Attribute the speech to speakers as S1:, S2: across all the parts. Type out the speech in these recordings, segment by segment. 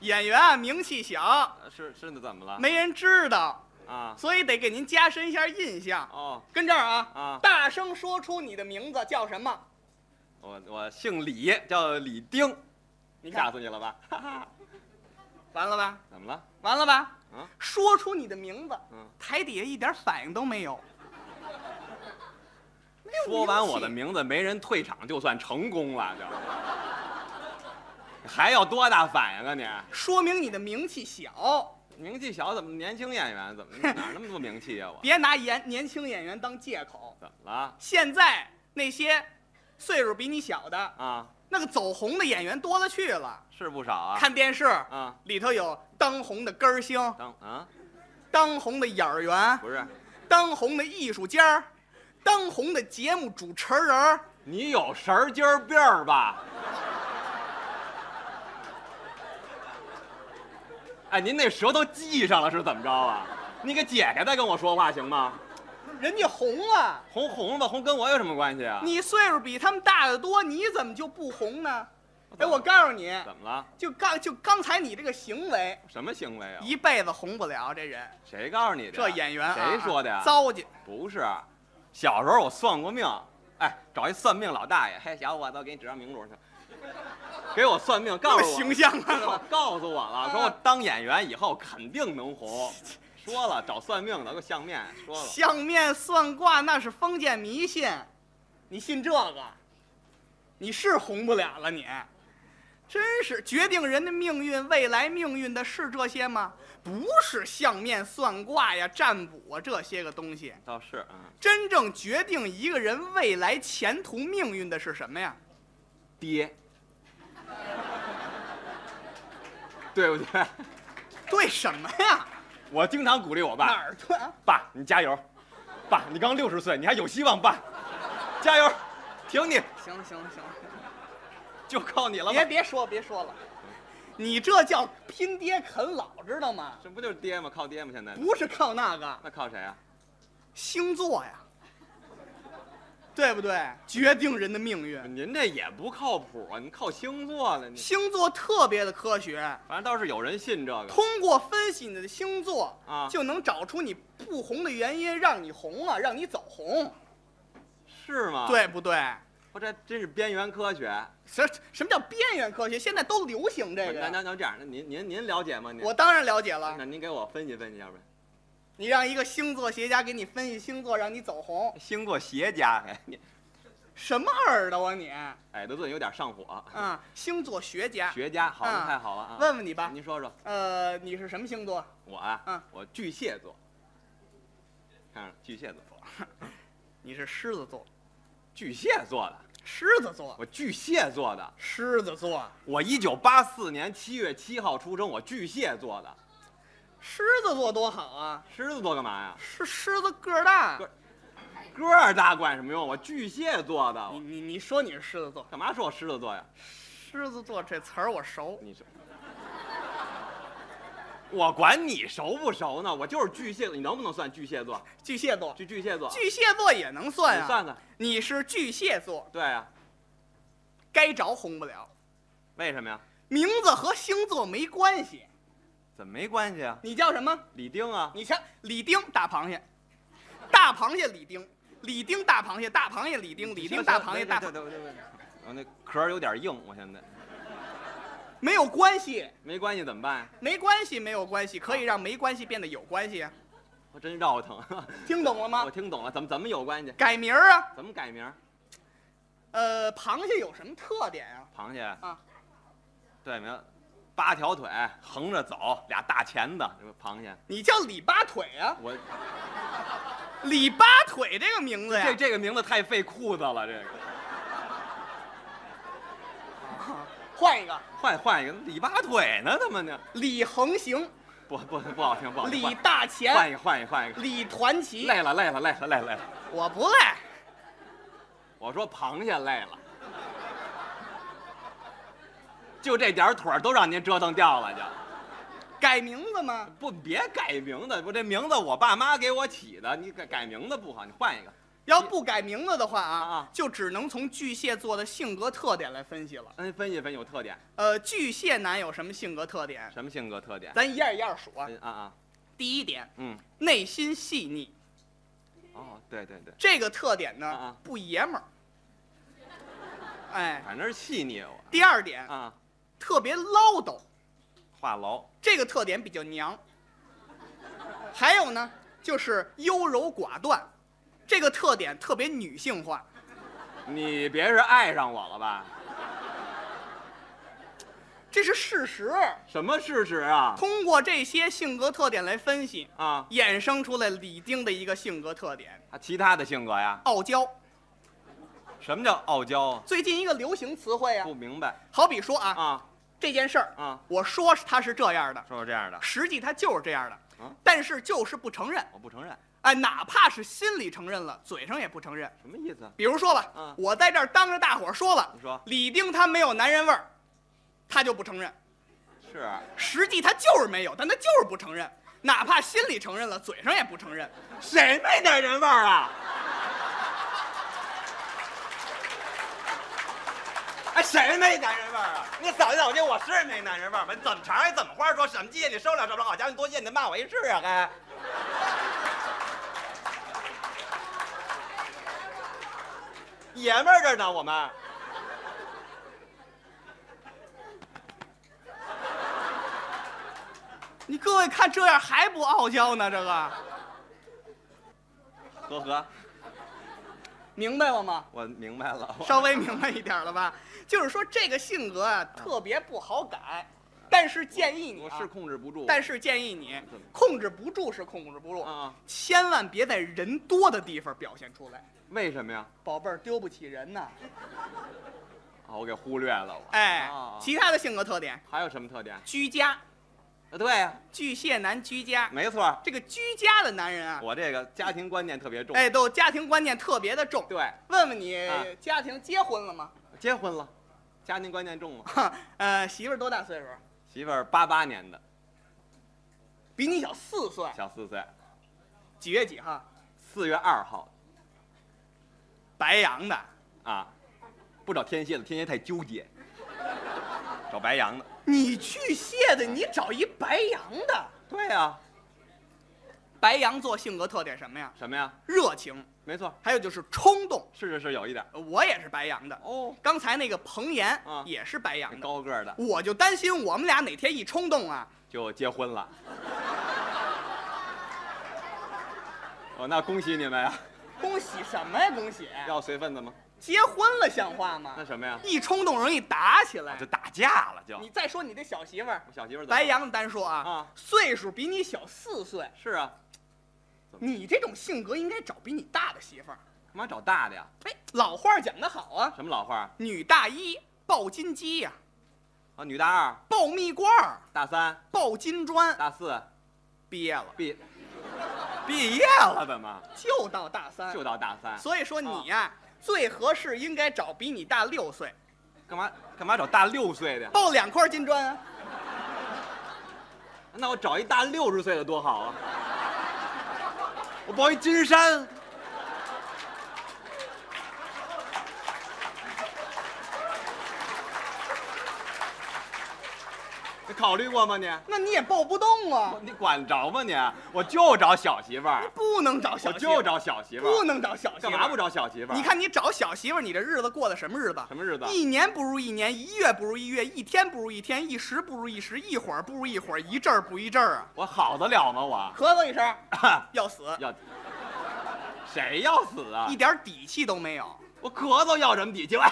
S1: 演员名气小，
S2: 呃是是怎么了？
S1: 没人知道，
S2: 啊
S1: 所以得给您加深一下印象。
S2: 哦，
S1: 跟这儿啊，
S2: 啊
S1: 大声说出你的名字叫什么？
S2: 我我姓李，叫李丁，
S1: 你
S2: 吓
S1: 看，
S2: 死你了吧？哈哈，
S1: 完了吧？
S2: 怎么了？
S1: 完了吧？
S2: 啊
S1: 说出你的名字，
S2: 嗯，
S1: 台底下一点反应都没有。没有
S2: 说完我的
S1: 名
S2: 名字，没人退场就算成功了，就。 还要多大反应啊
S1: 气，说明你的名气小，
S2: 你？名气小怎么年轻演员怎么哪儿那么多名气呀、啊 我
S1: 别拿演年轻演员当借口。
S2: 怎么了
S1: 现在那些岁数比你小的，
S2: 啊？
S1: 那个走红的演员多了去了。
S2: 是不少啊。
S1: 看电视
S2: 啊，
S1: 里头有当红的歌星、
S2: 当啊
S1: 当红的演员、
S2: 不是，
S1: 当红的艺术家儿、当红的节目主持人儿。
S2: 你有神经病儿吧？哎，您那舌头系上了是怎么着啊？你给解开再跟我说话行吗？
S1: 人家红了，
S2: 红红吧，红跟我有什么关系啊？
S1: 你岁数比他们大得多，你怎么就不红呢？哎，
S2: 怎么
S1: 我告诉你，
S2: 怎么了？
S1: 就刚就刚才你这个行为，
S2: 什么行为啊？
S1: 一辈子红不了。这人，
S2: 谁告诉你的？
S1: 这演员啊
S2: 谁说的呀？
S1: 糟践。
S2: 不是，啊小时候我算过命，哎，找一算命老大爷，嘿，小伙子，我给你指张明路去，给我算命，告
S1: 么
S2: 诉 我
S1: 形 象啊
S2: 告告诉我了，说我当演员以后肯定 能红。说了，找算命的，给我相面说了，
S1: 相面算卦那是封建迷信，你信这个，你是红不了了你。真是决定人的命运、未来命运的是这些吗？不是相面算卦呀、占卜啊这些个东西。
S2: 倒是，嗯，
S1: 真正决定一个人未来前途命运的是什么呀？
S2: 爹， 对不对？
S1: 对什么呀？
S2: 我经常鼓励我
S1: 哪
S2: 爸，
S1: 儿对啊？
S2: 爸，你加油，爸，你刚六十岁，你还有希 望，爸，加油，挺你，
S1: 行了行了行了，
S2: 就靠你了，
S1: 别
S2: 吧。
S1: 别说别说了，你这叫拼爹啃老，知道吗？
S2: 这不就是爹吗？靠爹吗？现在
S1: 不是靠那个，
S2: 那靠谁啊？
S1: 星座呀，对不对？决定人的命运。
S2: 您这也不靠谱啊！你靠星座了，你
S1: 星座特别的科学，
S2: 反正倒是有人信这个。
S1: 通过分析你的星座
S2: 啊
S1: 就能找出你不红的原因，让你红了，让你走红，
S2: 是吗？，
S1: 对不对？
S2: 我这真是边缘科学。
S1: 什什么叫边缘科学？现在都流行这个
S2: 那那
S1: 呀。
S2: 那这样，那您您您了解吗？您
S1: 我当然了解了
S2: 那。您给我分析分析，要不然
S1: 你让一个星座学家给你分析星座，让你走红，
S2: 星座邪家，哎，你
S1: 什么耳朵啊你？
S2: 哎，德顿有点上火。
S1: 啊，星座学家，
S2: 学家，好了，
S1: 啊
S2: 太好了啊！
S1: 问问你吧。
S2: 您说说
S1: 呃，你是什么星座？
S2: 我啊
S1: 嗯，
S2: 我巨蟹座，看着巨蟹座，
S1: 你是狮子座。
S2: 巨蟹座的，
S1: 狮子座，
S2: 我巨蟹座的，
S1: 狮子座，
S2: 我一九八四年七月七号出生，我巨蟹座的。
S1: 狮子座多好啊！
S2: 狮子座干嘛呀？
S1: 狮狮子个儿大
S2: 个。个儿大管什么用？我巨蟹座的，
S1: 你
S2: 我
S1: 你你说你是狮子座，
S2: 干嘛说我狮子座呀？
S1: 狮子座这词儿我熟。
S2: 你是，我管你熟不熟呢？我就是巨蟹座，你能不能算巨蟹座？
S1: 巨蟹座，
S2: 巨巨蟹座，
S1: 巨蟹座也能算
S2: 你
S1: 啊。
S2: 算算，
S1: 你是巨蟹座，
S2: 对呀、
S1: 该着红不了。
S2: 为什么呀？
S1: 名字和星座没关系。
S2: 怎么没关系啊？
S1: 你叫什么？
S2: 李丁啊，
S1: 你瞧，李丁大螃蟹，大螃蟹李丁，李丁大螃蟹，大螃蟹李丁，李丁大螃蟹大螃
S2: 对对对对对，我那壳儿有点硬，我现在
S1: 没有关系，
S2: 没关系怎么办呀？
S1: 没关系，没有关系，可以让没关系变得有关系啊。
S2: 我真绕腾，
S1: 听懂了
S2: 我
S1: 吗？
S2: 听懂了，怎么怎么有关系？
S1: 改名儿啊。
S2: 怎么改名儿？
S1: 呃，螃蟹有什么特点啊？
S2: 螃蟹
S1: 啊，
S2: 对名，八条腿横着走，俩大钳子，这个螃蟹。
S1: 你叫李八腿啊？
S2: 我
S1: 李八腿这个名字呀，
S2: 这这个名字太费裤子了，这个
S1: 啊换一个，
S2: 换换一个李八腿呢，怎么呢？
S1: 李横行，
S2: 不不不好听，不好听。
S1: 李
S2: 换
S1: 大
S2: 换
S1: 钱，
S2: 一个换一个换一个，
S1: 李团旗。
S2: 累了累了累了累了累了。
S1: 我不赖，
S2: 我说螃蟹累了，就这点儿腿儿都让您折腾掉了就。
S1: 改名字吗？
S2: 不，别改名字，不这名字我爸妈给我起的，你改改名字不好，你换一个
S1: 要不改名字的话啊，
S2: 啊啊
S1: 就只能从巨蟹座的性格特点来分析了。
S2: 嗯，分析分析有特点，
S1: 呃，巨蟹男有什么性格特点？
S2: 什么性格特点？
S1: 咱一样一样数啊。
S2: 嗯啊啊，
S1: 第一点，
S2: 嗯，
S1: 内心细腻，
S2: 哦，对对对，
S1: 这个特点呢、
S2: 啊啊
S1: 不爷们儿。哎，
S2: 反正是细腻我
S1: 第二点，
S2: 啊，
S1: 特别唠叨，
S2: 话痨，
S1: 这个特点比较娘。还有呢，就是优柔寡断，这个特点特别女性化。
S2: 你别是爱上我了吧？
S1: 这是事实。
S2: 什么事实啊？
S1: 通过这些性格特点来分析，
S2: 啊
S1: 衍生出来李丁的一个性格特点
S2: 啊，其他的性格呀？
S1: ——傲娇。
S2: 什么叫傲娇啊？
S1: 最近一个流行词汇啊
S2: 不，明白
S1: 好比说啊，
S2: 啊
S1: 这件事儿，
S2: 啊，
S1: 我说是他是这样的，
S2: 说说这样的，
S1: 实际他就是这样的，
S2: 啊
S1: 但是就是不承认。
S2: 我不承认，
S1: 哎，哪怕是心里承认了，嘴上也不承认。
S2: 什么意思啊？
S1: 比如说吧，
S2: 啊
S1: 我在这儿当着大伙儿说了
S2: 你，说
S1: 李丁他没有男人味儿，他就不承认。
S2: 是
S1: 实际他就是没有，但他就是不承认，哪怕心里承认了，嘴上也不承认。
S2: 谁没男人味儿啊？哎，谁没男人味儿啊？你扫一扫街，我是没男人味儿吗？你怎么茬儿你怎么话说什么戒？你受不了受不了？好家伙，你多戒，你得骂我一世啊！该。爷们儿着呢，我们。
S1: 你各位看这样还不傲娇呢？这个
S2: 呵呵，
S1: 明白了吗？
S2: 我明白了。
S1: 稍微明白一点了吧？就是说这个性格啊特别不好改，但是建议你、
S2: 我
S1: 啊，
S2: 是控制不住，
S1: 但
S2: 是
S1: 是建议你
S2: 怎么
S1: 控制不住是控制不住，
S2: 啊，
S1: 千万别在人多的地方表现出来，
S2: 为什么呀？
S1: 宝贝儿丢不起人呐。
S2: 啊，我给忽略了我。
S1: 哎
S2: 啊，
S1: 其他的性格特点，
S2: 还有什么特点？
S1: 居家，
S2: 啊，对呀，
S1: 巨蟹男居家，
S2: 没错儿，
S1: 这个居家的男人啊，
S2: 我这个家庭观念特别重。
S1: 哎，都家庭观念特别的重。
S2: 对，
S1: 问问你
S2: 啊
S1: 家庭结婚了吗？
S2: 结婚了，家庭观念重吗？
S1: 呃，媳妇儿多大岁数？
S2: 媳妇儿八八年的，
S1: 比你小四岁，
S2: 小四岁，
S1: 几月几号？
S2: 四月二号
S1: 白羊的。
S2: 啊，不找天蝎的，天蝎太纠结， 找白羊的。
S1: 你巨蟹的，你找一白羊的。
S2: 对啊呀、
S1: 白羊座性格特点什么呀？
S2: 什么呀？
S1: 热情，
S2: 没错，
S1: 还有就是冲动。
S2: 是是是有一点
S1: 呃我也是白羊的，
S2: 哦，
S1: 刚才那个彭岩
S2: 啊
S1: 也是白羊的，
S2: 高个儿的
S1: 我就担心我们俩哪天一冲动啊，
S2: 就结婚了。哦，那恭喜你们呀、
S1: 恭喜什么呀？恭喜！
S2: 要随份子吗？
S1: 结婚了像话
S2: 那
S1: 吗？
S2: 什么呀？
S1: 一冲动容易打起来
S2: 就。打架了就。
S1: 你再说你这小媳妇儿，
S2: 我小媳妇儿怎么
S1: 白羊单说啊，
S2: 啊？
S1: 岁数比你小四岁，
S2: 是啊，
S1: 你这种性格应该找比你大的媳妇儿。
S2: 干嘛找大的呀？
S1: 哎，老话儿讲得好啊，
S2: 什么老话儿
S1: 女大一抱金鸡呀、
S2: 啊？女大二、
S1: 爆蜜罐儿、
S2: 大三、
S1: 爆金砖，
S2: 大四
S1: 毕业了
S2: 毕毕业了，怎么
S1: 就到大三
S2: 就，到大三？
S1: 哎所以说你呀、最合适应该找比你大六岁，
S2: 干嘛干嘛找大六岁的呀？
S1: 爆两块金砖啊，
S2: 那我找一大六十岁的多好啊！我抱一金山，你考虑过吗你？
S1: 那你也抱不动啊
S2: 我，你管着吗你？我就找小媳妇儿，
S1: 不能找
S2: 我
S1: 小媳妇儿，
S2: 就找小媳妇儿，
S1: 不能找小媳妇
S2: 干
S1: 儿，
S2: 嘛不找小媳妇儿？啊
S1: 你看你找小媳妇儿，你这日子过的什么日子？
S2: 什么日子？啊
S1: 一年不如一年，一月不如一月，一天不如一天，一时不如一时，一会儿不如一会儿，一阵儿不一阵儿啊！
S2: 我好得了吗我？
S1: 咳嗽一声，要死，
S2: 要谁要死啊
S1: 一？点底气都没有。
S2: 我咳嗽要什么底气？我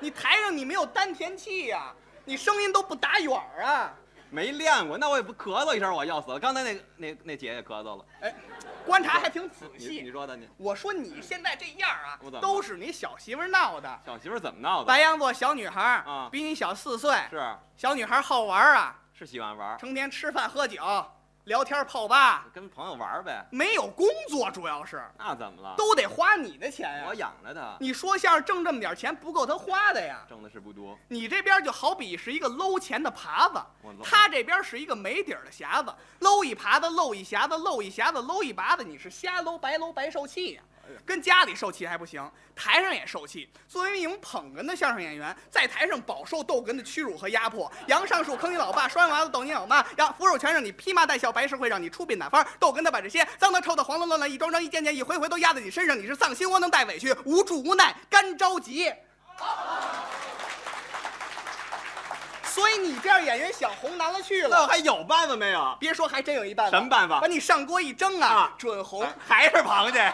S1: 你台上你没有丹田气呀、你声音都不打远儿啊！
S2: 没练过，那我也不咳嗽一声，我要死了。刚才那个那那姐也咳嗽了，
S1: 哎，观察还挺仔
S2: 你你
S1: 细。
S2: 说的你
S1: 我说你现在这样啊
S2: 我怎么，了
S1: 都是你小媳妇儿闹的。
S2: 小媳妇儿怎么闹的？
S1: 白羊座小女孩儿
S2: 啊
S1: 比你小四岁，
S2: 是
S1: 小女孩儿好玩儿啊，
S2: 是喜欢玩儿，
S1: 成天吃饭喝酒，聊天泡吧，
S2: 跟朋友玩儿呗。
S1: 没有工作，主要是
S2: 那怎么了？哎
S1: 都得花你的钱呀
S2: 我。养着他，
S1: 你说相声挣这么点钱不够他花的呀？
S2: 挣的是不多。
S1: 你这边就好比是一个搂钱的耙子
S2: 我搂，
S1: 他这边是一个没底儿的匣子，搂一耙子，搂一匣子，搂一匣子，搂一耙子，你是瞎搂白搂白受气呀、
S2: 哎呀
S1: 跟家里受气还不行，台上也受气。作为一名捧哏的相声演员，在台上饱受逗哏的屈辱和压迫。杨上树坑你老爸，拴娃子逗你老妈，杨扶手全让你披麻戴孝，白事会让你出殡打幡儿。逗哏的把这些脏的、臭的、黄的、乱的，一桩桩、一件件、一回回都压在你身上，你是丧心窝囊、带委屈、无助、无奈、干着急。所以你这样演员想红难了去
S2: 那
S1: 了。
S2: 我还有办法没有？
S1: 别说，还真有一办法。
S2: 什么办法
S1: 把你上锅一蒸啊，
S2: 啊
S1: 准红。
S2: 还是螃蟹。